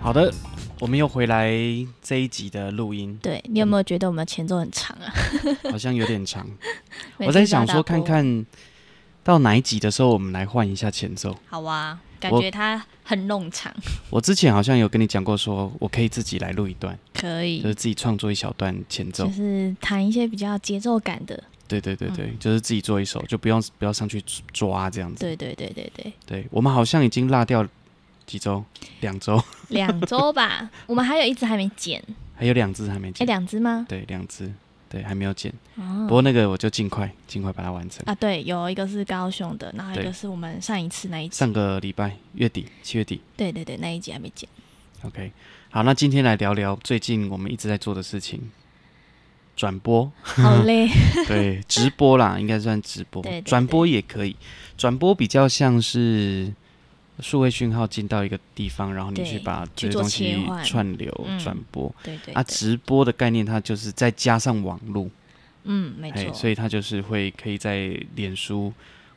好的，我们又回来这一集的录音 对你有没有觉得我们的前奏很长啊？好像有点长。每嗯我次在都想要说，打看播。看到哪一集的时候，我们来换一下前奏。好啊，感我觉它很冗长。我之前好像有跟你讲过说我可以自己来录一段，可以就，是自己创作一小段前奏嗯就。是弹一些比较节奏感的。对对对对，就是自己做一首，就不用不要上去抓这样嗯子。对对对对对，对，我们好像已经落掉几周，两周， 两周吧。我们还有一只还没剪，还有两只还没哎，剪。两只吗？对，两只，对，还没有剪。哦不过那个我就尽快尽快把它完成。啊，对，有一个是高雄的，然后一对个是我们上一次那一集。上个礼拜月底，七月底。对对对，那一集还没 剪。 OK，好，那今天来聊聊最近我们一直在做的事情，转 播，好嘞，啊对，直播啦，应该算直播对对，对转播也可以，转播比较像是数位讯号进到一个地方，然后你对去把这去些做东西切换串流嗯转播。对对啊，对直播的概念它就是再加上网络，嗯，没嘿错。哎所以它就是会可以在脸书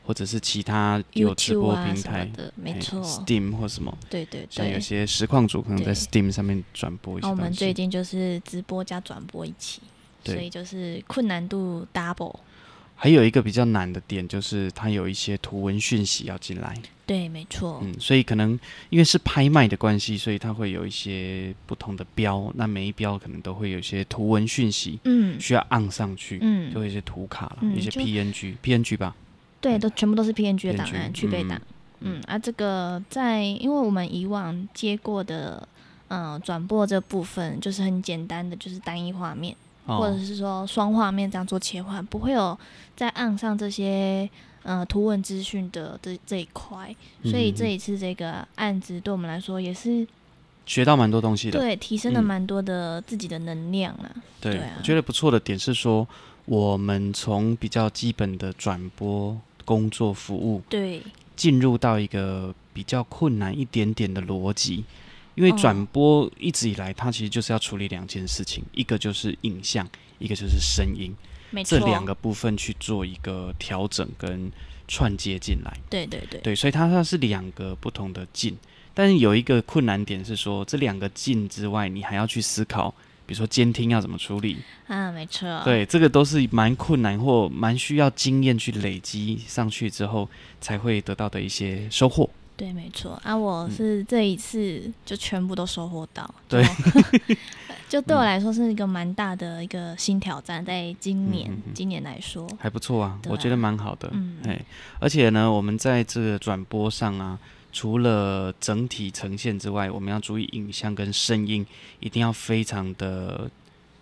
或者是其他有直 YouTube 播啊平什么台，哎的，没嘿错， ，Steam 或什么，对对像有对。些实况组可能在对 Steam 上面转播一些那我们东最西。近就是直播加转播一起，所对以就是困难度 double。还有一个比较难的点就是它有一些图文讯息要进来，对，没错，嗯，所以可能因为是拍卖的关系，所以它会有一些不同的标，那每一标可能都会有一些图文讯息嗯需要按上去，嗯就，会有一嗯些图卡啦，嗯有一些就 PNG、PNG 吧，对，都全部都是 PNG 的档 PNG 案去备档。嗯啊，这个在因为我们以往接过的，嗯、转播这部分就是很简单的，就是单一画面，或者哦，是说双画面这样做切换，不会有在岸上这些呃图文资讯的这这一块，所以嗯这一次这个案子对我们来说也是学到蛮多东西的，对提升了嗯蛮多的自己的能量啦。对，对啊我觉得不错的点是说，我们从比较基本的转播工作服务，对，进入到一个比较困难一点点的逻辑，因为哦转播一直以来，它其实就是要处理两件事情，一个就是影像，一个就是声音，没错这，两个部分去做一个调整跟串接进来。对对对，对，所以它它是两个不同的进，但是有一个困难点是说，这两个进之外，你还要去思考。比如说监听要怎么处理，啊，没错，对，这个都是蛮困难或蛮需要经验去累积上去之后才会得到的一些收获。对，没错啊，我是这一次就全部都收获到，嗯对嗯就，就 对我来说是一个蛮大的一个新挑战，在今年、嗯嗯嗯今年来说，还不错啊，对啊我觉得蛮好的。嗯哎，而且呢，我们在这个转播上啊，除了整体呈现之外，我们要注意影像跟声音，一定要非常的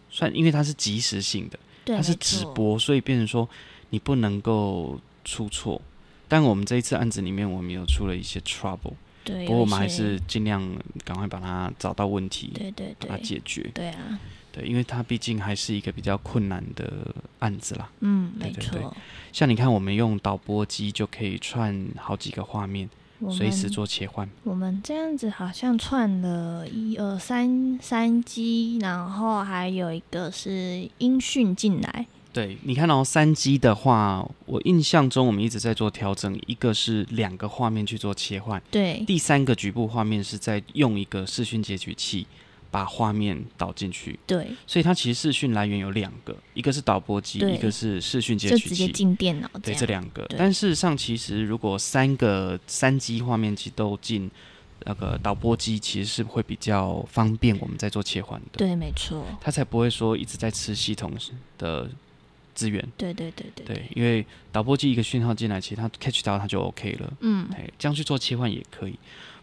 算，因为它是即时性的，对，它是没直错，播，所以变成说你不能够出错。但我们这一次案子里面，我们有出了一些 trouble，对，不过我们有还一些是尽量赶快把它找到问题，对对把它对，解决。对啊，对，因为它毕竟还是一个比较困难的案子啦。嗯，对没对对错，像你看，我们用导播机就可以串好几个画面，我随时们做切换。我们这样子好像串了一二三三机，然后还有一个是音讯进来，对，你看哦，三 G 的话，我印象中我们一直在做调整，一个是两个画面去做切换，对第三个局部画面是在用一个视讯截取器把画面导进去，对，所以它其实视讯来源有两个，一个是导播机，对一个是视讯截就取直接器。进电脑这对，这样，两个，对但事实上，其实如果三个三 G 画面机都进那个导播机，其实是会比较方便我们在做切换的，对，没错，它才不会说一直在吃系统的资源。对对对对对，因为导播机一个讯号进来，其实它 catch 到它就 OK 了，嗯，哎，这样去做切换也可以。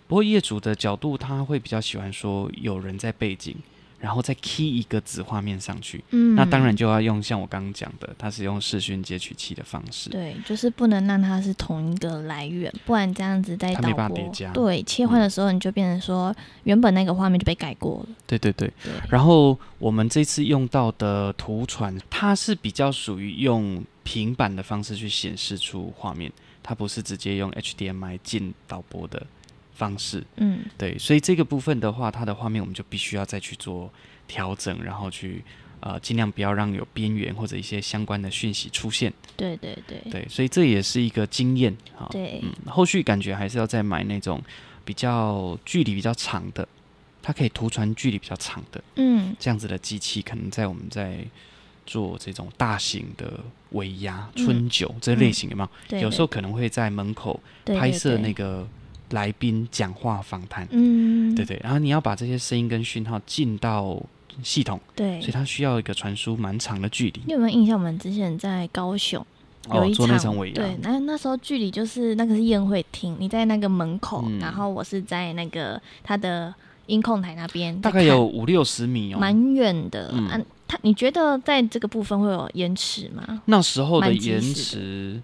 不过业主的角度，他会比较喜欢说有人在背景，然后再 key 一个子画面上去。嗯，那当然就要用像我刚刚讲的，它是用视讯截取器的方式。对，就是不能让它是同一个来源，不然这样子在它没导办法播叠加对切换的时候，你就变成说原本那个画面就被改过了。对对对。对，然后我们这次用到的图传，它是比较属于用平板的方式去显示出画面，它不是直接用 HDMI 进导播的方式。嗯对，所以这个部分的话，它的画面我们就必须要再去做调整，然后去呃尽量不要让有边缘或者一些相关的讯息出现。对对对对，所以这也是一个经验啊。对嗯，后续感觉还是要再买那种比较距离比较长的，它可以图传距离比较长的嗯这样子的机器，可能在我们在做这种大型的尾牙、嗯春酒这类型的嘛，对，有时候可能会在门口对拍摄那个个来宾讲话访谈，嗯对对，然后你要把这些声音跟讯号进到系统，对所以。它需要一个传输蛮长的距离。你有没有印象？我们之前在高雄有哦，一做场，那场尾牙，对，那那时候距离就是那个是宴会厅，你在那个门口，嗯然后我是在那个他的音控台那边，大概有五六十米哦，蛮远的。嗯啊，他你觉得在这个部分会有延迟吗？那时候的蛮及延时的迟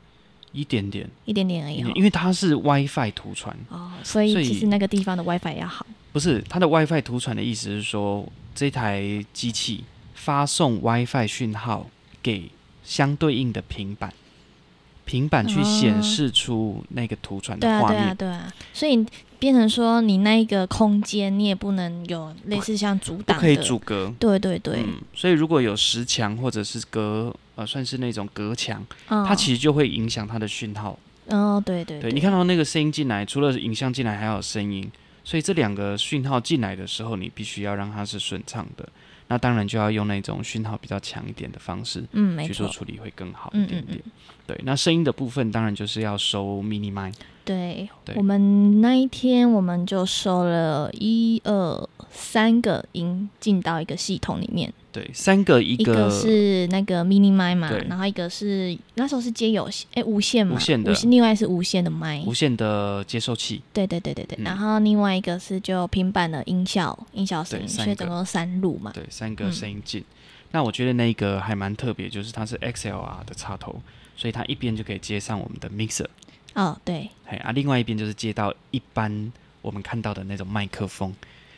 一点点，一点点而一已点哦点，。因为它是 WiFi 图传，哦，所以所以其实那个地方的 WiFi 要好。不是它的 WiFi 图传的意思是说，这台机器发送 WiFi 讯号给相对应的平板，平板去显哦示出那个图传对的啊，画对面。啊，对啊。所以变成说，你那一个空间你也不能有类似像阻不啊挡的，可以阻隔，对对对，嗯，所以如果有石墙或者是隔呃，算是那种隔墙，嗯，它其实就会影响它的讯号。哦，对对对你看到那个声音进来，除了影像进来，还有声音，所以这两个讯号进来的时候，你必须要让它是顺畅的。那当然就要用那种讯号比较强一点的方式嗯，没去做错，处理，会更好一嗯点嗯点。嗯，对，那声音的部分当然就是要收 mini mic，对对我们那一天我们就收了一二三个音进到一个系统里面，对，三个一嗯一个是那个 mini 麦嘛对，然后一个是那时候是接有线，哎、无线嘛，无线的另外是无线的麦，无线的接收器，对对对对对，嗯然后另外一个是就平板的音效音效声音，对三所个以总共三路嘛，对，三个嗯声音进。那我觉得那个还蛮特别，就是它是 XLR 的插头，所以它一边就可以接上我们的 mixer，哦，对嘿啊，另外一边就是接到一般我们看到的那种麦克风，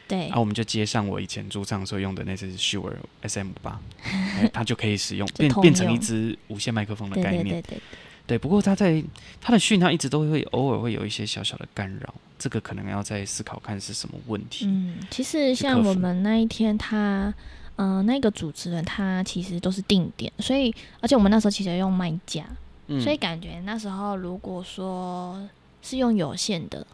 对、啊，我们就接上我以前驻唱时候用的那只 Shure SM 八，哎它就可以使用，就变通变成一用只无线麦克风的对概对对念。对，对，不过它在它的讯号一直都会偶尔会有一些小小的干扰，这个可能要再思考看是什么问题。嗯，其实去像克我服们那一天他。呃，那个主持人他其实都是定点，所以而且我们那时候其实用卖家，嗯所以感觉那时候如果说是用有线的，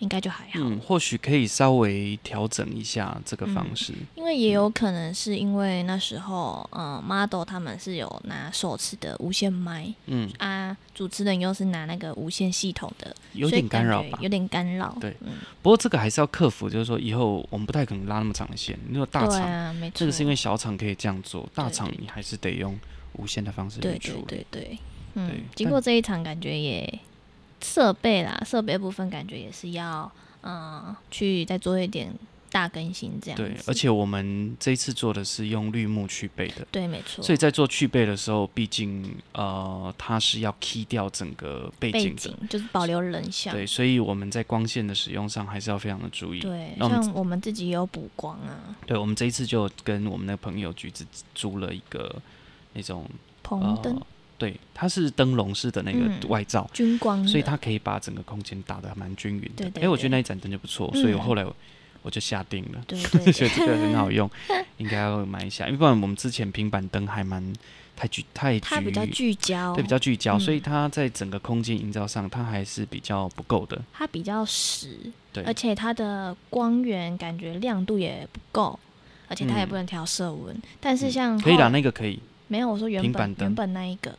应该就还好，嗯，或许可以稍微调整一下这个方嗯式。因为也有可能是因为那时候呃，model 他们是有拿手持的无线麦嗯，啊，主持人又是拿那个无线系统的，有所以点干扰感觉吧。有点干扰。对嗯，不过这个还是要克服，就是说以后我们不太可能拉那么长的线。如果大对厂，啊，没错，这个是因为小厂可以这样做，大对厂对你还是得用无线的方式对去对处理。对对，对嗯，经但过这一场，感觉也设备啦，设备部分感觉也是要嗯去再做一点大更新这样子。对，而且我们这一次做的是用绿幕去背的，对，没错，所以在做去背的时候，毕竟呃，它是要 key 掉整个背背景的，景就是保留人像。对，所以我们在光线的使用上还是要非常的注意。对，那我们哦像我们自己也有补光啊，对，我们这一次就跟我们的朋友橘子租了一个那种棚灯、呃，对，它是灯笼式的那个嗯外罩，军光的，所以它可以把整个空间打得蛮均匀的对。对哎，我觉得对那一盏灯就不错，所以我嗯后来我我就下定了。对对 对觉得这个很好 用，应该要买一下，因为不然我们之前平板灯还蛮太聚太它比较聚聚焦，对比较聚焦，所以嗯它在整个空间营造上，它还是比较不够的。它比较实，对，而且它的光源感觉亮度也不够，而且它也嗯不能调色温。但是嗯像可以啦，后那个可以。没有我说原平板本灯原本那一个，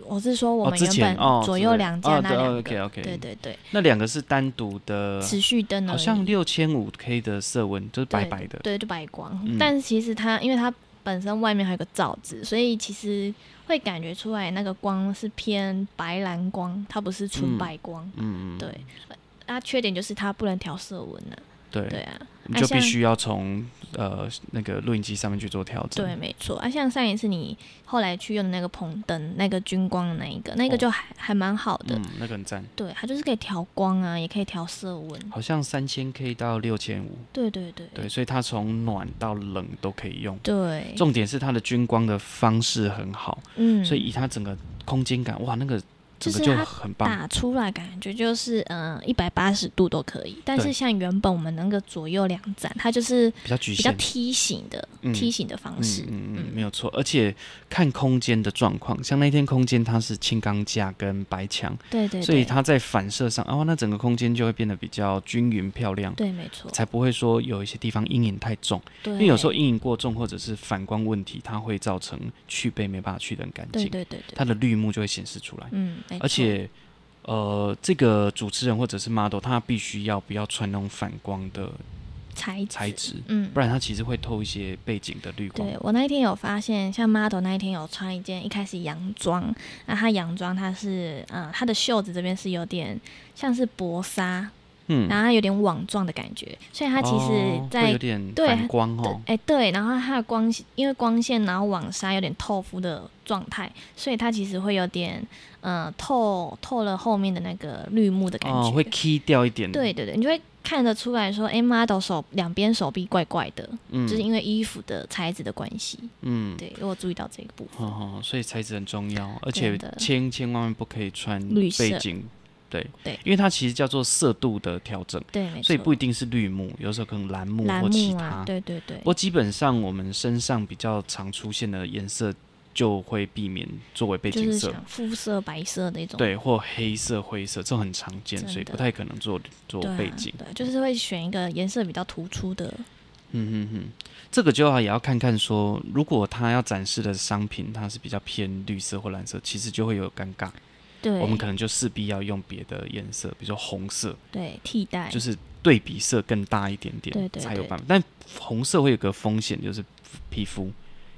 我是说我哦，们之原前本哦，左之右类两哦家那对两，OK 个， OK，对对对，那两个是单独的，持续灯好而已像六千五 K 的色温，就是白对白的。对，就白光。嗯但其实它因为它本身外面还有个罩子，所以其实会感觉出来那个光是偏白蓝光，它不是纯嗯白光。嗯，嗯对，它缺点就是它不能调色温啊。对，对啊，我们就必须要从呃那个录音机上面去做调整。对，没错。啊，像上一次你后来去用的那个棚灯，那个军光的那一个，那个哦就还、还蛮好的。嗯，那个很赞，对，它就是可以调光啊，也可以调色温。好像三千 K 到六千五，对对对哦对，所以它从暖到冷都可以用。对，重点是它的军光的方式很好，嗯，所以以它整个空间感，哇，那个就整个是就它很棒。打出来感觉就是嗯一百八十度都可以，但对是像原本我们那个左右两盏，它就是比较局比较限，梯形的、嗯梯形的方式。嗯嗯嗯嗯，没有错。而且看空间的状况，像那天空间它是轻钢架跟白墙，对对对，所以它在反射上，哦，那整个空间就会变得比较均匀漂亮，对没错，才不会说有一些地方阴影太重，对，因为有时候阴影过重或者是反光问题，它会造成去背没办法去得很干对净，对对对，它的绿幕就会显示出来，嗯，没而错且。呃，这个主持人或者是 model，他必须要不要穿那种反光的材材质，质，嗯不。然它其实会透一些背景的绿光。对我那一天有发现，像 model 那一天有穿一件一开始洋装，那她洋装它是，嗯，她的袖子这边是有点像是薄纱，嗯，然后它有点网状的感觉，所以它其实哦会在有点对反光对哦，，哎、对，然后它的光线，因为光线，然后网纱有点透肤的状态，所以它其实会有点，呃，透透了后面的那个绿幕的感觉。哦，会 key 掉一点，对，对对，你就会看得出来说，哎、m o d e l 手两边手臂怪怪的，嗯，就是因为衣服的材质的关系。嗯，对，我有注意到这个部分。哦哦，所以材质很重要，而且真的千千万万不可以穿绿色背景，对对因为它其实叫做色度的调整，对，没错。所以不一定是绿幕，有时候可能蓝幕栏或其目他。啊，对对对不，过基本上我们身上比较常出现的颜色就会避免作为背就景是色，想肤色白色的一种。对，或黑色、灰色，这很常见，真的所以不太可能做做对啊背景。对，就是会选一个颜色比较突出的。嗯哼哼，这个就要也要看看说，如果他要展示的商品它是比较偏绿色或蓝色，其实就会有尴尬，对，我们可能就势必要用别的颜色，比如说红色，对替代就是对比色更大一点点，哎对对才有对办法。但红色会有个风险，就是皮肤，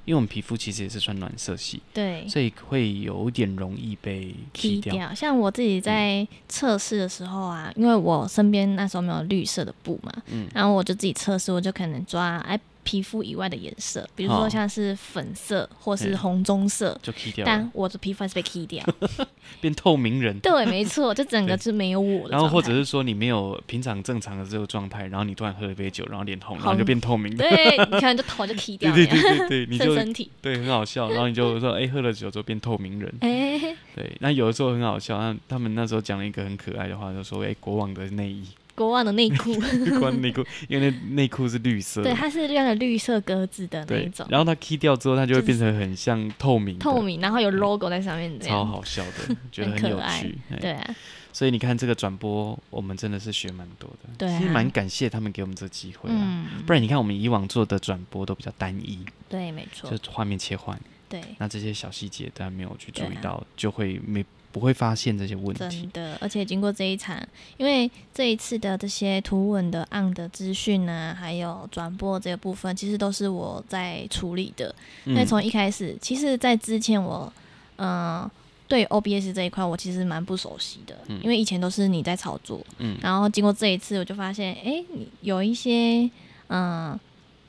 因为我们皮肤其实也是穿暖色系，对所以会有点容易被踢踢掉。嗯掉。像我自己在测试的时候啊，因为我身边那时候没有绿色的布嘛，嗯然后我就自己测试，我就可能抓哎皮肤以外的颜色，比如哦说像是粉色或是嗯红棕色，就踢掉但了，我的皮肤还是被 k 掉。 变透明人。对，没错，就整个是没有我的状态。然后或者是说你没有平常正常的这个状态，然后你突然喝了一杯酒，然后脸红，然后红就变透明的。对，你可能就头就 k 掉了， 对对对对对，你剩就身体。对很好笑，然后你就说，哎、喝了酒之后变透明人。哎、对，那有的时候很好笑，那他们那时候讲了一个很可爱的话，就说，哎、国王的内衣， 国王的内裤，国王的内裤，因为那内裤是绿色对，的，它是那个绿色格子的那一对种，，然后它 key 掉之后，它就会就是变成很像透明的，嗯透明，然后有 logo 在上面的，超。好笑 的，觉得很很可有爱趣。哎对啊，所以你看这个转播，我们真的是学蛮多的，对啊其实蛮感谢他们给我们这机会啊。嗯，不然你看，我们以往做的转播都比较单一，对，没错就，画面切换，对，那这些小细节大家没有去注对意啊到，就会没不会发现这些问题真。的。而且经过这一场，因为这一次的这些图文的 on 的资讯啊，还有转播这个部分，其实都是我在处理的。那、嗯从一开始，其实，在之前我，嗯、对 OBS 这一块，我其实蛮不熟悉的，嗯因为以前都是你在操作，嗯然后经过这一次，我就发现，哎，你有一些嗯、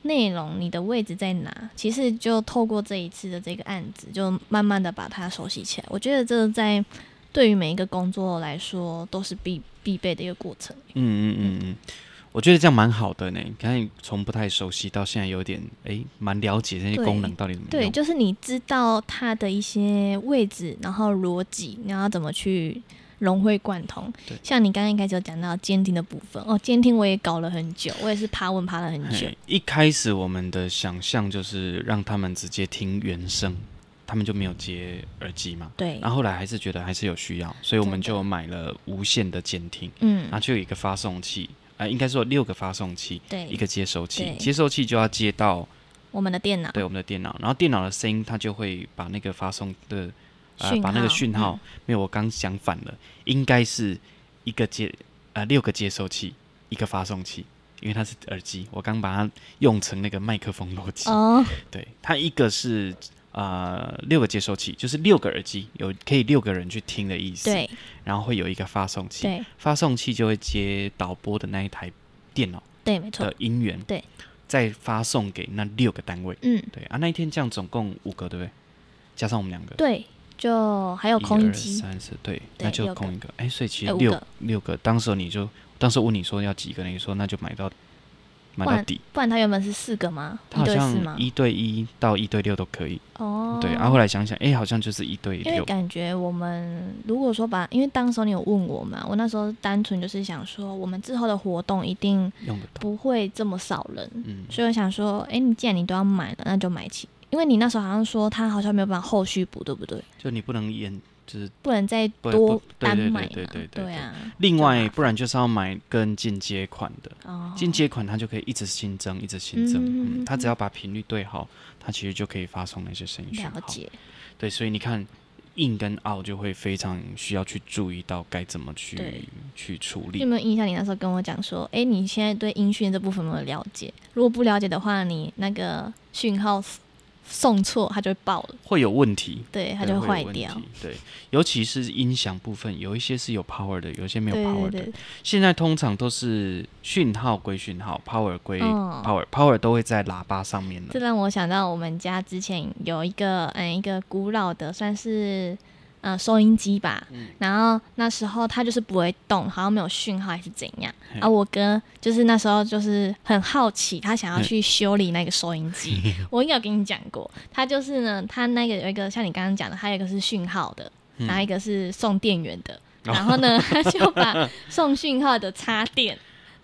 内容，你的位置在哪？其实就透过这一次的这个案子，就慢慢的把它熟悉起来。我觉得这在对于每一个工作来说，都是必必备的一个过程。嗯嗯嗯嗯，我觉得这样蛮好的呢。你看，你从不太熟悉到现在有点哎，蛮了解这些对功能到底怎么对，用。就是你知道它的一些位置，然后逻辑，你要怎么去融会贯通对。像你刚刚一开始有讲到监听的部分，哦，监听我也搞了很久，我也是爬文爬了很久嘿。一开始我们的想象就是让他们直接听原声，他们就没有接耳机嘛。对然，后后来还是觉得还是有需要，所以我们真的就买了无线的监听，嗯然，后就有一个发送器，啊、应该说有六个发送器，一对，个接收器，对接收器就要接到我们的电脑对我们的电脑，然后电脑的声音它就会把那个发送的呃讯把那个讯号，嗯没有我刚想反了，应该是一个接呃六个接收器，一个发送器，因为它是耳机，我刚把它用成那个麦克风逻辑，哦，对，它一个是。呃，六个接收器就是六个耳机，有可以六个人去听的意思。，对然后会有一个发送器，对发送器就会接导播的那一台电脑，对，没错的，音源，对，再发送给那六个单位，嗯，对啊，那一天这样总共五个，对不对？加上我们两个，对，就还有一空二机，三四，对，那就六个空一个，哎，所以其哎实五六个六个，当时你就当时问你说要几个呢？你说那就买到买不到然底，不然他原本是四个吗？它一好对四吗像？一对一到一对六都可以，哦，对，然后后来想想，哎，好像就是一对因为六，感觉我们如果说把，因为当时候你有问我嘛，我那时候单纯就是想说，我们之后的活动一定用得到，不会这么少人，嗯，所以我想说，哎、你既然你都要买了，那就买起。因为你那时候好像说他好像没有办法后续补，对不对？就你不能演，就是不能再不多不对单对买嘛，对对对对对啊。另就外，麻烦不然就是要买更进阶款的。哦，进阶款它就可以一直新增，一直新增。嗯嗯，它只要把频率对好，它其实就可以发送那些声音讯了号。解，对，所以你看硬跟拗就会非常需要去注意到该怎么对去去处你有理。没有印象？你那时候跟我讲说，哎、你现在对音讯这部分有没有了解？如果不了解的话，你那个讯号送错，它就会爆了，会有问题，对，它对就会会有坏问掉题。对，尤其是音响部分，有一些是有 power 的，有一些没有对 power 对的。对，现在通常都是讯号归讯号，power 归嗯 power，power、power 都会在喇叭上面这了。让我想到我们家之前有一个嗯一个古老的算是呃收音机吧，嗯然后那时候它就是不会动，好像没有讯号还是怎样。嘿啊，我哥就是那时候就是很好奇，他想要嘿去修理那个收音机。我应该有跟你讲过，他就是呢，他那个有一个像你刚刚讲的，还有一个是讯号的，嗯哦然后一个是送电源的，然后呢他 就把送讯号的插电。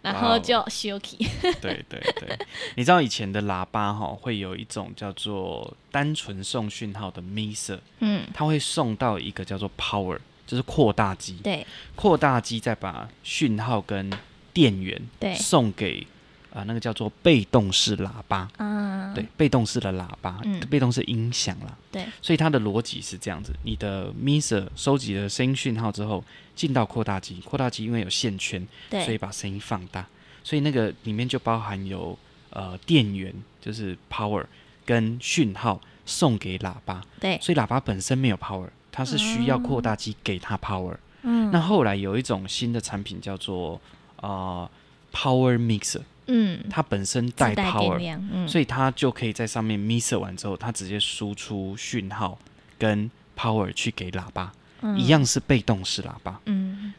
然哇后哦就修起，对对对，你知道以前的喇叭哈、会有一种叫做单纯送讯号的 miser，嗯，它会送到一个叫做 power，就是扩大机。对扩大机再把讯号跟电源对送给啊、呃那个叫做被动式喇叭。啊，对，被动式的喇叭，嗯被动式音响啦。对，所以它的逻辑是这样子：你的 miser 收集了声音讯号之后，进到扩大机，扩大机因为有线圈，对所以把声音放大，所以那个里面就包含有呃电源，就是 power 跟讯号送给喇叭，对，所以喇叭本身没有 power，它是需要哦扩大机给它 power。嗯，那后来有一种新的产品叫做呃 power mixer，嗯，它本身自带带电 power，量，嗯，所以它就可以在上面 mixer 完之后，它直接输出讯号跟 power 去给喇叭，嗯一，样是被动式喇叭。嗯，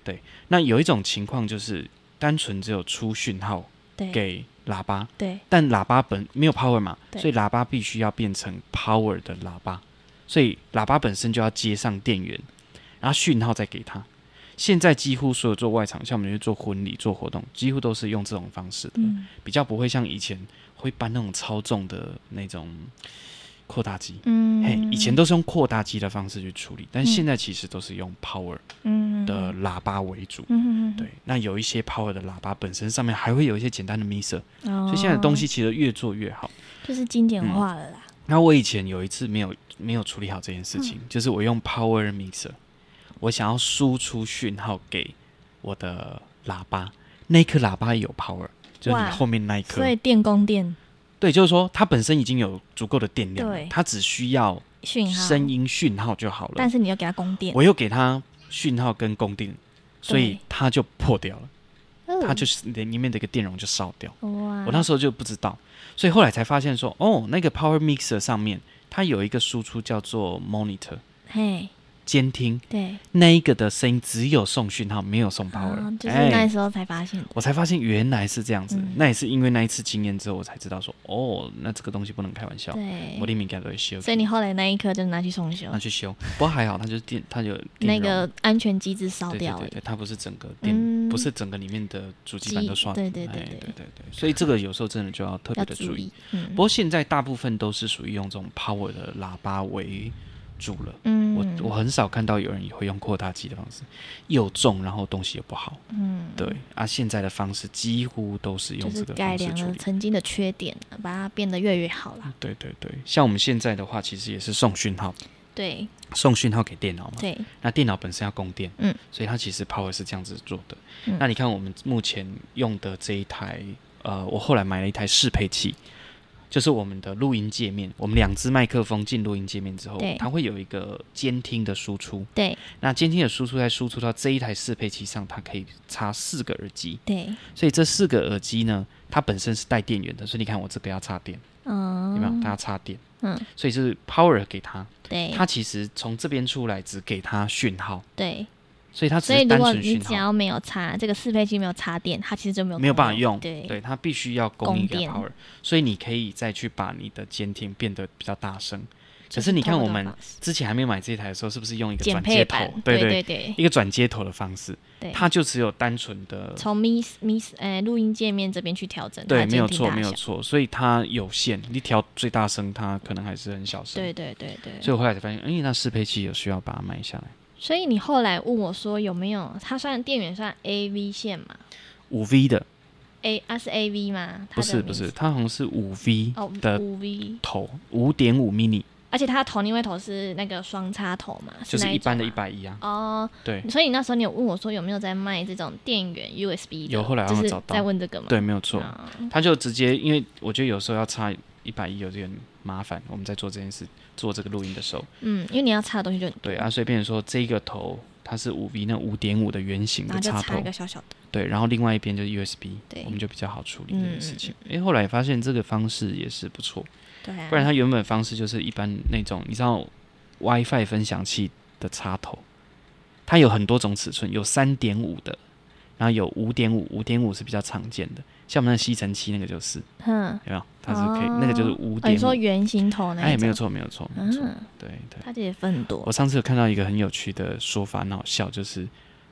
那有一种情况就是单纯只有出讯号对，给喇叭，对，但喇叭本没有 power 嘛，对所以喇叭必须要变成 power 的喇叭，所以喇叭本身就要接上电源，然后讯号再给它。现在几乎所有做外场，像我们去做婚礼、做活动，几乎都是用这种方式的，嗯比较不会像以前会搬那种超重的那种扩大机。嘿嗯，以前都是用扩大机的方式去处理，但嗯现在其实都是用 power 嗯的，喇叭为主。嗯嗯，对，那有一些 power 的喇叭本身上面还会有一些简单的 miser，、所所以现在的东西嗯其实越做越好。哦就是经典化了啦，那我以前有一次没有没有处理好这件事嗯情，就是我用 power mixer，我想要输出讯号给我的喇叭，那一颗喇叭有 power，就是你哇后面那一颗所，以电工电对，就是说它本身已经有足够的电量了对，它只需要讯号声，音讯号就好了但。是你要给它供电，我又给它讯号跟供电，所以对它就破掉了，它哦就是里面的一个电容就烧掉。哇，我那时候就不知道，所以后来才发现说，哦，那个 power mixer 上面它有一个输出叫做 monitor 嘿，监听，对，那一个的声音只有送讯号，没有送 power，啊就是哎那时候才发现的，我才发现原来是这样子。嗯那也是因为那一次经验之后，我才知道说，哦，那这个东西不能开玩笑，对我，的敏感都会修，所以你后来那一颗就拿去送修拿，去修。不过还好，它就是电，它有那电容个安全机制烧对对掉对了，对，它不是整个电，嗯不是整个里面的主机板机都刷，对对哎对对对对对，所以这个有时候真的就要特别要的注注意意。，嗯不，过现在大部分都是属于用这种 power 的喇叭为主了。嗯，我我很少看到有人也会用扩大机的方式，又重，然后东西也不好。嗯，对、啊，现在的方式几乎都是就用是这个改方式良处了理。嗯曾经的缺点，把它变得越来越好啦。对对对，像我们现在的话，其实也是送讯号，对送讯号给电脑嘛。对，那电脑本身要供电，嗯，所以它其实 power 是这样子做的。嗯那你看我们目前用的这一台，呃，我后来买了一台适配器，就是我们的录音界面，我们两只麦克风进录音界面之后对，它会有一个监听的输出。对那监听的输出再输出到这一台适配器上，它可以插四个耳机，对，所以这四个耳机呢，它本身是带电源的，所以你看我这个要插电，嗯，有没有？它要插电，嗯，所以是 power 给它，对，它其实从这边出来只给它讯号，对，所以它只所以是如单果纯你讯只号，要没有插这个适配器没有插电，它其实就没有没有办法功用，对，对，它必须要供应供给电 power，所以你可以再去把你的监听变得比较大声。就可是你看透过我这种们方式之前还没有买这一台的时候，是不是用一个减转配接头版，？对对对一个转接头的方式，对，它就只有单纯的从 miss miss 呃录音界面这边去调整，对，它的没有监听错，大没有小，错，所以它有限，你调最大声，它可能还是很小声。对，对对对。所以我后来才发现，哎、那适配器有需要把它买下来。所以你后来问我说有没有，它算电源算 A V 线嘛五 V 的？A 它是 A V 吗？它不的是名不是，字它好像是五 V 哦的五 V，头，五点五 mini，而且它的头因为头是那个双插头嘛，就是那一般的种一吗百一啊。哦。对所以你那时候你有问我说有没有在卖这种电源 USB？的有后来好就像是找到在问这个嘛？对，没有错，啊它就直接，因为我觉得有时候要插一百一有点麻烦，我们在做这件事，做这个录音的时候，嗯，因为你要插的东西就很多对啊，，所以变成说这个头它是五 V 那五点五的圆形然的后就插插头一，个小小的，对，然后另外一边就是 USB，对我们就比较好处理嗯这件事情。诶，后来也发现这个方式也是不错，对啊，不然它原本方式就是一般那种，你知道 WiFi 分享器的插头，它有很多种尺寸，有三点五的，然后有五点五，五点五是比较常见的，像我们那吸尘器那个就是，嗯，有没有？它是可以，那个就是五哦你点说五，圆形头那一种，哎，没有错，没有错，没有错，嗯，对对。它这也分很多我，上次有看到一个很有趣的说法，很好笑，就是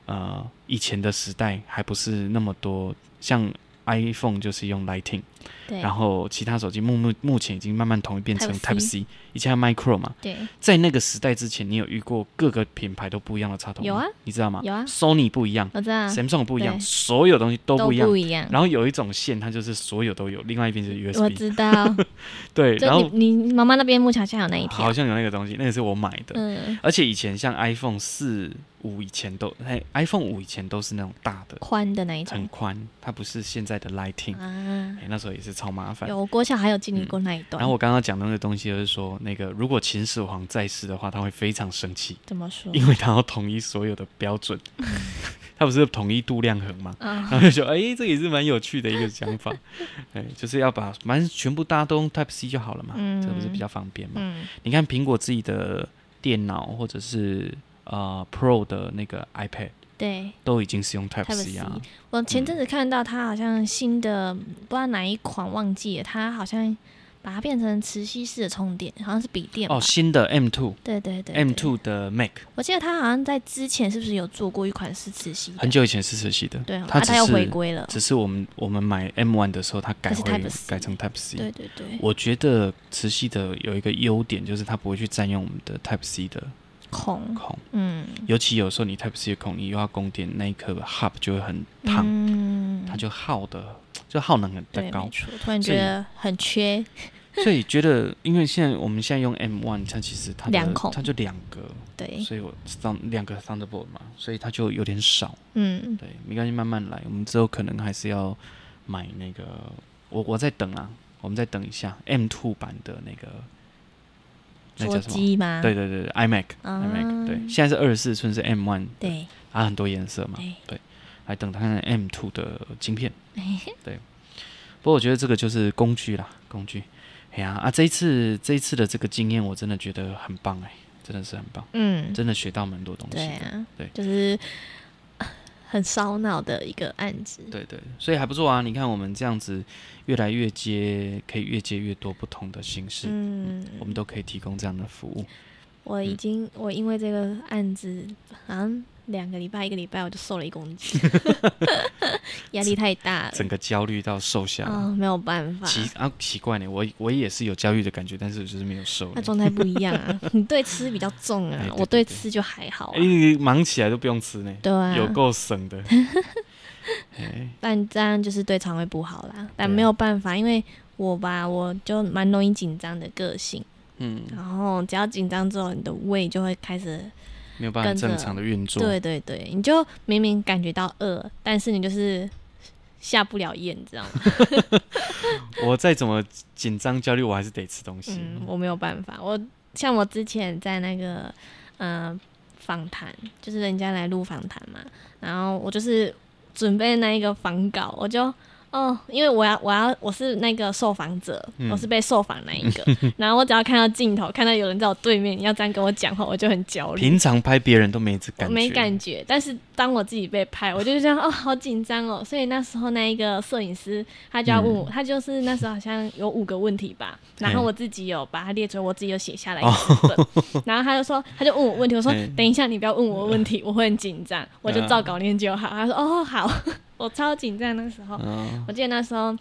呃，以前的时代还不是那么多，像 iPhone 就是用 Lighting，对，然后其他手机目目目前已经慢慢统一变成 Type Type C，以前还有 Micro 嘛，对，在那个时代之前，你有遇过各个品牌都不一样的插头吗？有啊，你知道吗？有啊 Sony 不一样、我知道啊 s a m s u n g 不一样，对所有东西都都不一样。不一样，然后有一种线，它就是所有都有，另外一边就是我 USB，知道， 对，然就后你你妈妈那边目前好像有那一条好，像有那个东西，那个是我买的，嗯，而且以前像 iPhone 四五以前都，哎，iPhone 五以前都是那种大的，宽的那一很种宽，它不是现在的 Lighting，、啊哎，，那时候也是超麻烦。嗯有我国小还有经历过那一段，然后我刚刚讲的那个东西就是说，那个如果秦始皇在世的话，他会非常生气，怎么说？因为他要统一所有的 标准，他不是统一度量衡吗？啊，然后就说，哎、这也是蛮有趣的一个想 法，哎、就是要把反正全部大家都用 Type C 就好了嘛，嗯这不是比较方便嘛？嗯，你看苹果自己的电脑或者是呃 Pro 的那个 iPad 对，都已经是用 Type Type C 啊，我前阵子看到它好像新的，不知道哪一款忘记了，它好像把它变成磁吸式的充电，好像是笔电吧哦，。新的 M Two 对对对 M 对 Two 的 Mac 我记得它好像在之前是不是有做过一款是磁吸的？很久以前是磁吸的，对哦，它啊只它又回是归了。只是我们我们买 M One 的时候，它改它是回 Type C 改成 Type C。对对对，我觉得磁吸的有一个优点就是它不会去占用我们的 Type C 的孔，孔，嗯，尤其有时候你 Type C 的孔你又要供电，那一颗 hub 就会很烫，嗯它就耗的就耗能很对，高没。错。突然所觉以得很缺， 所以觉得，因为现在我们现在用 M one，它其实它的两孔它就两个，对，所以我当两个 Thunderbolt 嘛，所以它就有点少。嗯，对，没关系，慢慢来。我们之后可能还是要买那个，我我在等啊，我们再等一下 M two 版的那个，那桌叫什么？机吗？对对对对，iMac 啊 iMac 对，现在是二十四寸是 M one，对，它很多颜色嘛，哎来等它看看 M two 的晶片。对，不过我觉得这个就是工具啦，工具。哎呀啊，这一次这一次的这个经验，我真的觉得很棒哎、真的是很棒， 嗯，真的学到蛮多东西对的。啊，对就是 呃很烧脑的一个案子，对对，所以还不错啊！你看我们这样子，越来越接，可以越接越多不同的形式，嗯，我们都可以提供这样的服务。我已嗯经我因为这个案子，好像两个礼拜一个礼拜我就瘦了一公 斤，压力太大了整，个焦虑到瘦下啊、来，没有办法，奇啊奇怪呢，我我也是有焦虑的感觉，但是我就是没有瘦那了。状态不一样 啊，你对吃比较重啊，哎对我对对对吃就还好啊哎，，你忙起来都不用吃呢，对啊，有够 省的。哎，但这样就是对肠胃不好啦，但对啊没有办法，因为我吧，我就蛮容易紧张的个性，嗯，然后只要紧张之后，你的胃就会开始，没有办法跟着正常的运作。对对对，你就明明感觉到饿，但是你就是下不了咽，你知道吗？我再怎么紧张焦虑，我还是得吃东西。嗯，我没有办法。我像我之前在那个呃访谈，就是人家来录访谈嘛，然后我就是准备那一个访稿，我就哦，因为我要我要我是那个受访者，嗯我是被受访那一个，然后我只要看到镜头，看到有人在我对面要这样跟我讲话，我就很焦虑，平常拍别人都没这我感觉，没感觉。但是当我自己被拍，我就这样哦，好紧张哦。所以那时候那一个摄影师他就要问我，他就是那时候好像有五个问题吧，嗯嘿然后我自己有把它列出来，我自己有写下来一哦个本，然后他就说他就问我问题，我说嘿嗯等一下你不要问我问题，我会很紧张，我就照稿念就好。他说哦好， 我超紧张那时候。嗯，我记得那时候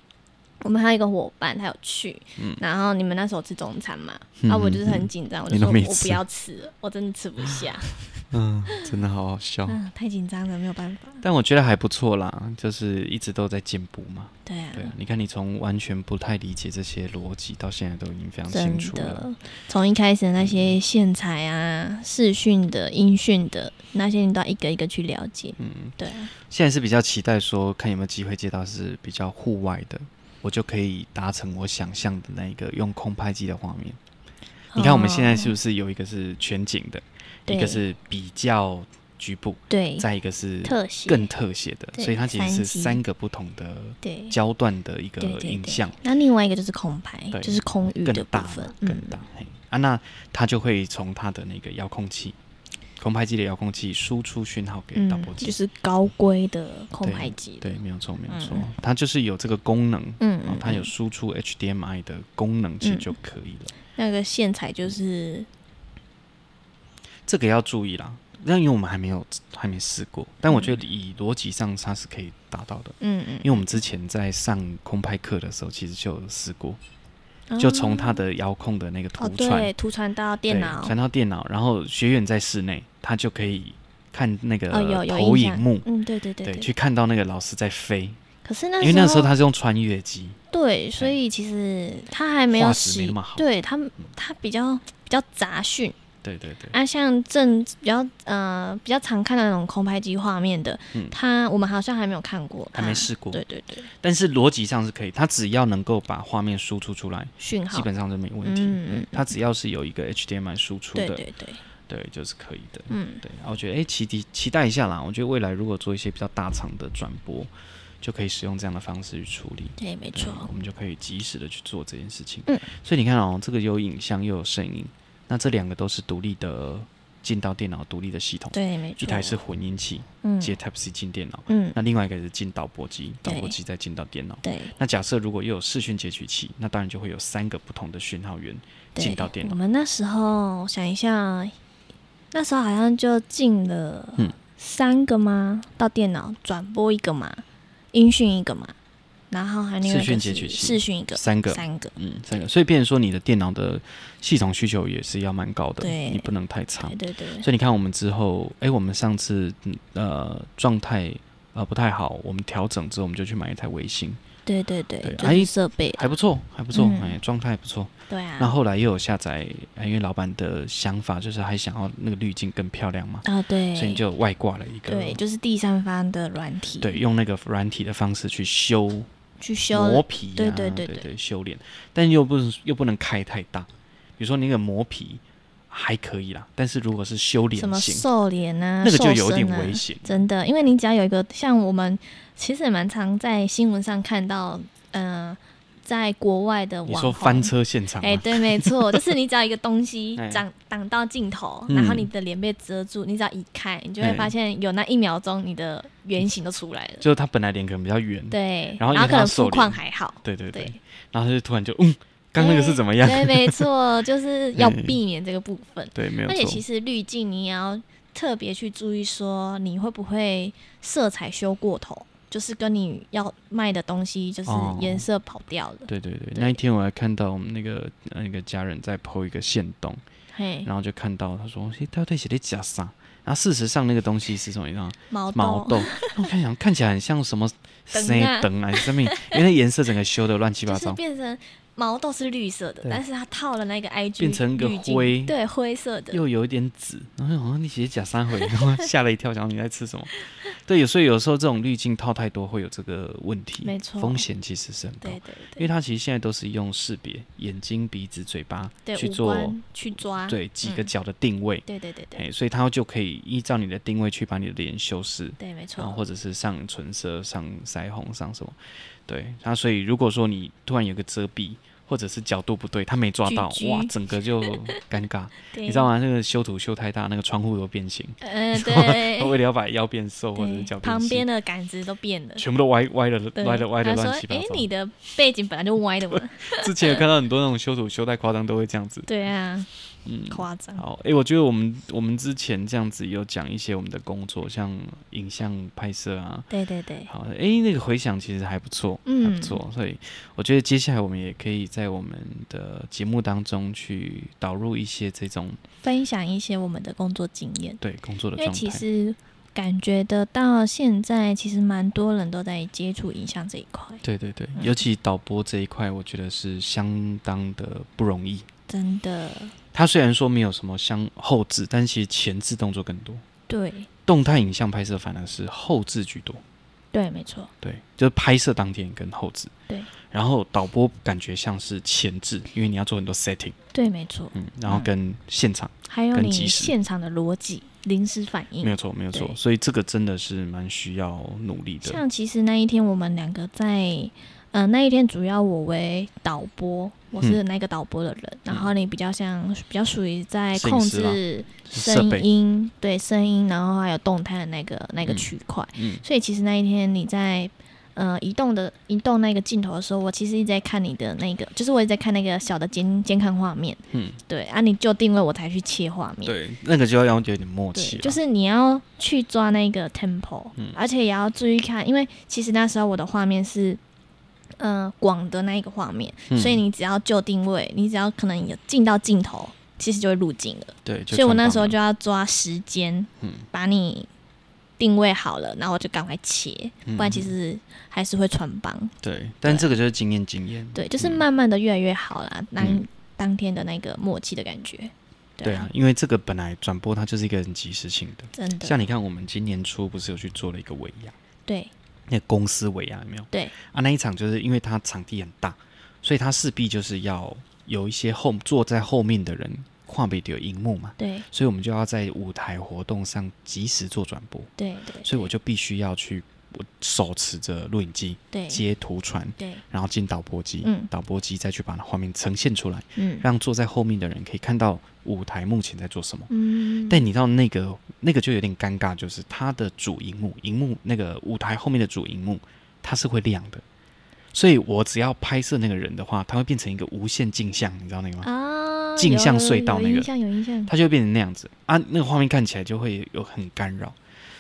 我们还有一个伙伴，他有去，然后你们那时候吃中餐嘛，嗯啊，我就是很紧张，我就你都说没我吃不要吃了，我真的吃不下，嗯，真的好好笑。嗯，太紧张了，没有办法。但我觉得还不错啦，就是一直都在进步嘛。对啊，对啊，你看你从完全不太理解这些逻辑，到现在都已经非常清真楚了。嗯的，从一开始的那些线材啊、视讯的、音讯的那些，你都要一个一个去了解。嗯，对啊，现在是比较期待说，看有没有机会接到是比较户外的，我就可以达成我想象的那一个用空拍机的画面。你看我们现在是哦不是有一个是全景的，对一个是比较局部，对再一个是特写更特写的，对所以它其实是 3D 三个不同的对。焦段的一个对对对影像。那另外一个就是空拍对，就是空域更的部大分嗯嘛，更大。嘿啊，那它就会从它的那个遥控器，空拍机的遥控器输出讯号给嗯，导嗯播，机。就是高规的空拍机。对，，没有错，没有错，嗯它就是有这个功能。嗯哦，，它有输出 HDMI 的功能，其实就可以了。那个线材嗯就是这个要注意啦，那因为我们还没有还没试过，但我觉得以逻辑上它是可以达到的。嗯因为我们之前在上空拍课的时候，其实就有试过，嗯，就从它的遥控的那个哦图传，对图传到电对脑传，到电脑，然后学员在室内，他就可以看那个哦有有投印影象幕，嗯对对对去看到那个老师在飞。可是那因为那时时候他是用穿越机，对，所以其实他还没有画质没洗那么好，对他他比较比较杂讯对对对，啊，像正比较呃比较常看到那种空拍机画面的嗯，他我们好像还没有看过，还没试过它。对对对，但是逻辑上是可以，他只要能够把画面输出出来，讯基号，本上是没问题。嗯嗯对嗯他只要是有一个 HDMI 输出对的，对对，对就是可以的。嗯对，啊我觉得哎，期待期待一下啦。我觉得未来如果做一些比较大厂的转播，就可以使用这样的方式去处理。对没对错，，我们就可以及时的去做这件事情。嗯所以你看哦，这个有影像又有声音，那这两个都是独立的进到电脑独立的系统，对没错，一台是混音器嗯接 Type C 进电脑，嗯那另外一个是进导播机，导对播机再进到电脑。对那假设如果又有视讯截取器，那当然就会有三个不同的讯号源对进到电我脑。们那时候我想一下，那时候好像就进了嗯三个吗？到电脑转播一个嘛，音讯一个嘛，然后还有另外一视讯个截是取器视讯一个，三个，三个。嗯，三个。所以变成说你的电脑的系统需求也是要蛮高的，对你不能太差对。对对，所以你看，我们之后，哎，我们上次嗯呃状态呃不太好，我们调整之后，我们就去买一台微星，对对对对，就哎是设备，还不错，还不错，嗯哎、状态还不错。对啊，那后来又有下载，哎因为老板的想法就是还想要那个滤镜更漂亮嘛，啊对，所以你就外挂了一个，对，就是第三方的软体，对，用那个软体的方式去修去磨修，皮、啊，对对对对对对修脸，但又不能又不能开太大，比如说你那个磨皮还可以啦，但是如果是修脸什么型，瘦脸啊，那个就有瘦点身啊危险。真的，因为你只要有一个像我们，其实也蛮常在新闻上看到，嗯、在国外的你网说红，翻车现场吗？哎、对，没错，就是你只要一个东 西哎挡挡到镜头，嗯然后你的脸被遮住，你只要一看，你就会哎发现有那一秒钟你的原型都出来了。就是他本来脸可能比较圆，对，嗯然后因为可它能瘦肤况脸还好，对对对对然后他就突然就嗯，刚那个是怎么样？对，没错，就是要哎避免这个部分。对，没有而且其错。实滤镜你也要特别去注意，说你会不会色彩修过头，就是跟你要卖的东西就是哦颜色跑掉了。对对对，对那一天我还看到我们那个呃那个家人在剖一个线洞，嘿，然后就看到他说：“嘿，到底写的假啥？”然后事实上那个东西是什么？你知道吗？毛豆毛豆。那 我看想看起来很像什么哦灯啊生灯啊，什么，因为那颜色整个修的乱七八就是糟。变成毛豆是绿色的对，但是它套了那个 IG 变成一个滤镜灰对灰色的。哦 又有一点紫，然后好像你写假三回，然后吓了一跳，想说你在吃什么？对，有所以有时候这种滤镜套太多会有这个问题，没错风险其实是很高，对对哦因对为它其实现在都是用识别眼睛、鼻子、嘴巴对，去五做官去抓，对几个嗯角的定位，对对对哎、对所以它就可以依照你的定位去把你的脸修饰，对，没然错，后或者是上唇舌、上腮红、上什么，对，那所以如果说你突然有个遮蔽，或者是角度不对，他没抓到，居居哇，整个就 尴尬，你你知道？吗？那个修图修太大，那个窗户都变形，嗯，对 为了要把腰变瘦或者是对脚，变旁细边的杆子都变了。全部都歪歪的对，歪的歪的他说乱七：“八哎、糟。你的背景本来就歪的 嘛。之前有看到很多那种修图修太夸张都会这样子”，对啊， 嗯，夸张。好，哎、我觉得我们我们之前这样子有讲一些我们的工作，像影像拍摄啊，对对对，好，哎、那个回响其实还不错，还不嗯，错，所以我觉得接下来我们也可以在我们的节目当中去导入一些这种分享一些我们的工作经验，对工作的因状为态。其实感觉得到现在，其实蛮多人都在接触影像这一块，对对对，嗯尤其导播这一块，我觉得是相当的不容易。真的它虽然说没有什么相后置，但其实前置动作更多。对动态影像拍摄反而是后置居多，对，没错，对，就是拍摄当天跟后置。对。然后导播感觉像是前置，因为你要做很多 setting，对没错。嗯，然后跟现场，还有更你及时现场的逻辑、临时反没应有。错，没有错。嗯对所以这个真的是蛮需要努力的。像其实那一天我们两个在，呃，那一天主要我为导嗯播，我是那个导播的人，然后你比较像比较属于在摄控影师啦制设声备音，对声音，然后还有动态的那个那个嗯区块。嗯，所以其实那一天你在呃移动的移动那个镜头的时候，我其实一直在看你的那个，就是我一直在看那个小的监监看画面。嗯，对啊，你就定位我才去切画面。对，那个就要有点默嗯对契了。就是你要去抓那个 tempo，、嗯而且也要注意看，因为其实那时候我的画面是。嗯、广的那一个画面，嗯所以你只要就定位，你只要可能有进到镜头，其实就会入镜了。对，就所以我穿那帮时候了就要抓时间，嗯把你定位好了，然后我就赶快切，嗯不然其实还是会穿帮。对，但对这个就是经验经验。对，就是嗯慢慢的越来越好啦，当、嗯当天的那个默契的感觉。对啊，，因为这个本来转播它就是一个很及时性的。真的像你看，我们今年初不是有去做了一个尾牙，对那个公司尾牙有没有？对啊，那一场就是因为它场地很大，所以它势必就是要有一些后坐在后面的人跨北有荧幕嘛，对所以我们就要在舞台活动上及时做转播，对对所以我就必须要去我手持着录影机对接图传，对，然后进导播机，嗯导播机再去把画面呈现出来，嗯让坐在后面的人可以看到舞台目前在做什么。嗯，但你知道那个那个就有点尴尬，就是它的主荧幕，荧幕那个舞台后面的主荧幕，它是会亮的，所以我只要拍摄那个人的话，它会变成一个无限镜像，你知道那个吗？啊，镜有像有隧道有那个印象有印象，它就会变成那样子啊，那个画面看起来就会有很干扰。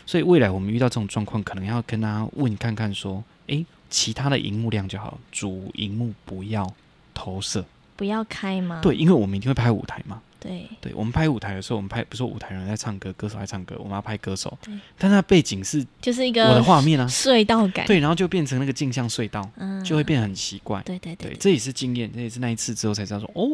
所以未来我们遇到这种状况，可能要跟他问看看说，诶，其他的荧幕亮就好了，主荧幕不要投射。不要开吗？对，因为我们一定会拍舞台嘛。对对，我们拍舞台的时候，我们拍不是舞台人在唱歌，歌手在唱歌，我们要拍歌手对，但那背景是就是一我的个画面啊，隧道感，，对，然后就变成那个镜像隧道，嗯，就会变得很奇怪。对对对，对这也是经验，这也是那一次之后才知道说，哦，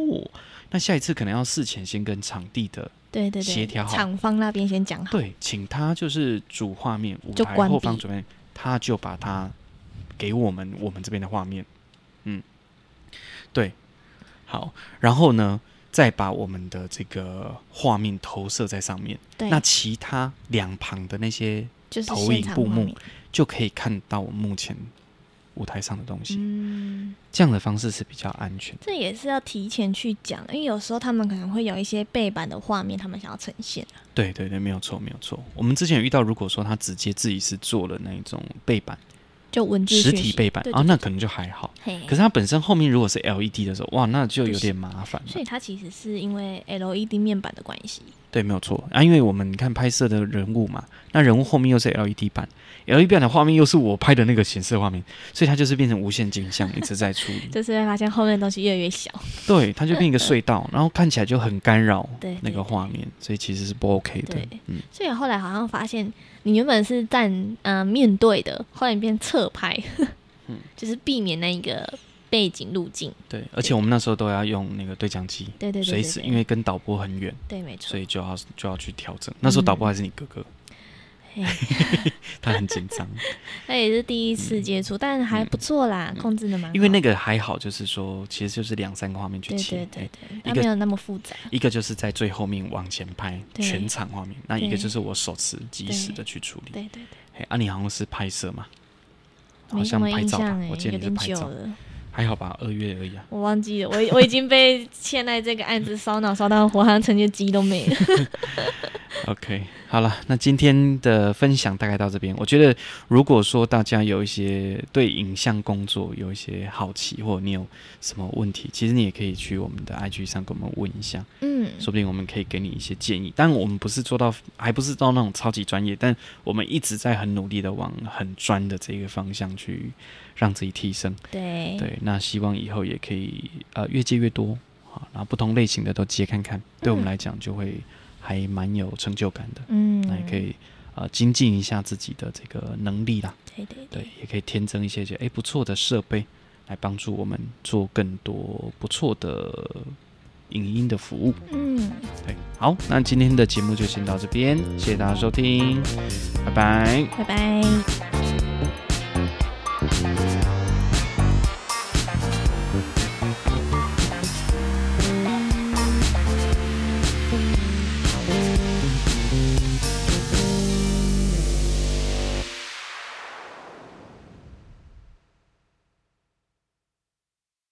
那下一次可能要事前先跟场地的，对对对，协调好厂方那边先讲好，对，请他就是主画面舞就台关后闭方准备，他就把它给我们我们这边的画面，嗯，对，好，然后呢，再把我们的这个画面投射在上面。对，那其他两旁的那些就是投现影场布画幕面，就可以看到我目前舞台上的东西。嗯。这样的方式是比较安全的。这也是要提前去讲，因为有时候他们可能会有一些背板的画面，他们想要呈现啊。对对对，没有错，没有错。我们之前有遇到，如果说他直接自己是做了那一种背板，就文字实讯体息背板对啊，那可能就还好。嘿可是它本身后面如果是 LED 的时候，哇，那就有点麻烦所了。以它其实是因为 LED 面板的关系，对，没有错啊，因为我们你看拍摄的人物嘛，那人物后面又是 LED 板，LED 板的画面又是我拍的那个显示画面，所以它就是变成无限镜像一直在处 理。就是会发现后面的东西越来越小。对，它就变一个隧 道，然后看起来就很干扰对那个画面，所以其实是不 OK 的对。嗯，所以后来好像发现，你原本是站嗯、呃面对的，后来你变侧拍， 嗯 就是避免那一个背景路径。对，而且我们那时候都要用那个对讲机，对对对随对时对因为跟导播很远，对，没错嗯所。以就要就要去调整。那时候导播还是你哥哥，嘿 他很紧 张，那也是第一次接触，但还不错啦，控制的蛮好。嗯因为那个还好，就是说其实就是两三个画面去对切，对对哎对，一它个没有那么复杂。一个就是在最后面往前拍对全场画面，那一个对就是我手持及时的去处理。对对对，嘿，啊，你好像是拍摄嘛，好没什像么拍印照吧象，哎，我记得有你是点拍久照，了，还好吧，二月而已啊。我忘记了，我 我已经被现在这个案子烧脑烧到火像成就鸡都没了。 OK，好了，那今天的分享大概到这边。我觉得，如果说大家有一些对影像工作有一些好奇，或者你有什么问题，其实你也可以去我们的 IG 上跟我们问一下，嗯，说不定我们可以给你一些建议。但我们不是做到，还不是到那种超级专业，但我们一直在很努力的往很专的这个方向去让自己提升。对对，那希望以后也可以呃越接越多，好，然后不同类型的都接看看，对我们嗯来讲就会还蛮有成就感的。嗯，那也可以呃精进一下自己的这个能力啦，对对对，也可以添增一些些哎不错的设备来帮助我们做更多不错的影音的服务。嗯，对，好，那今天的节目就先到这边，谢谢大家收听，拜拜。拜拜。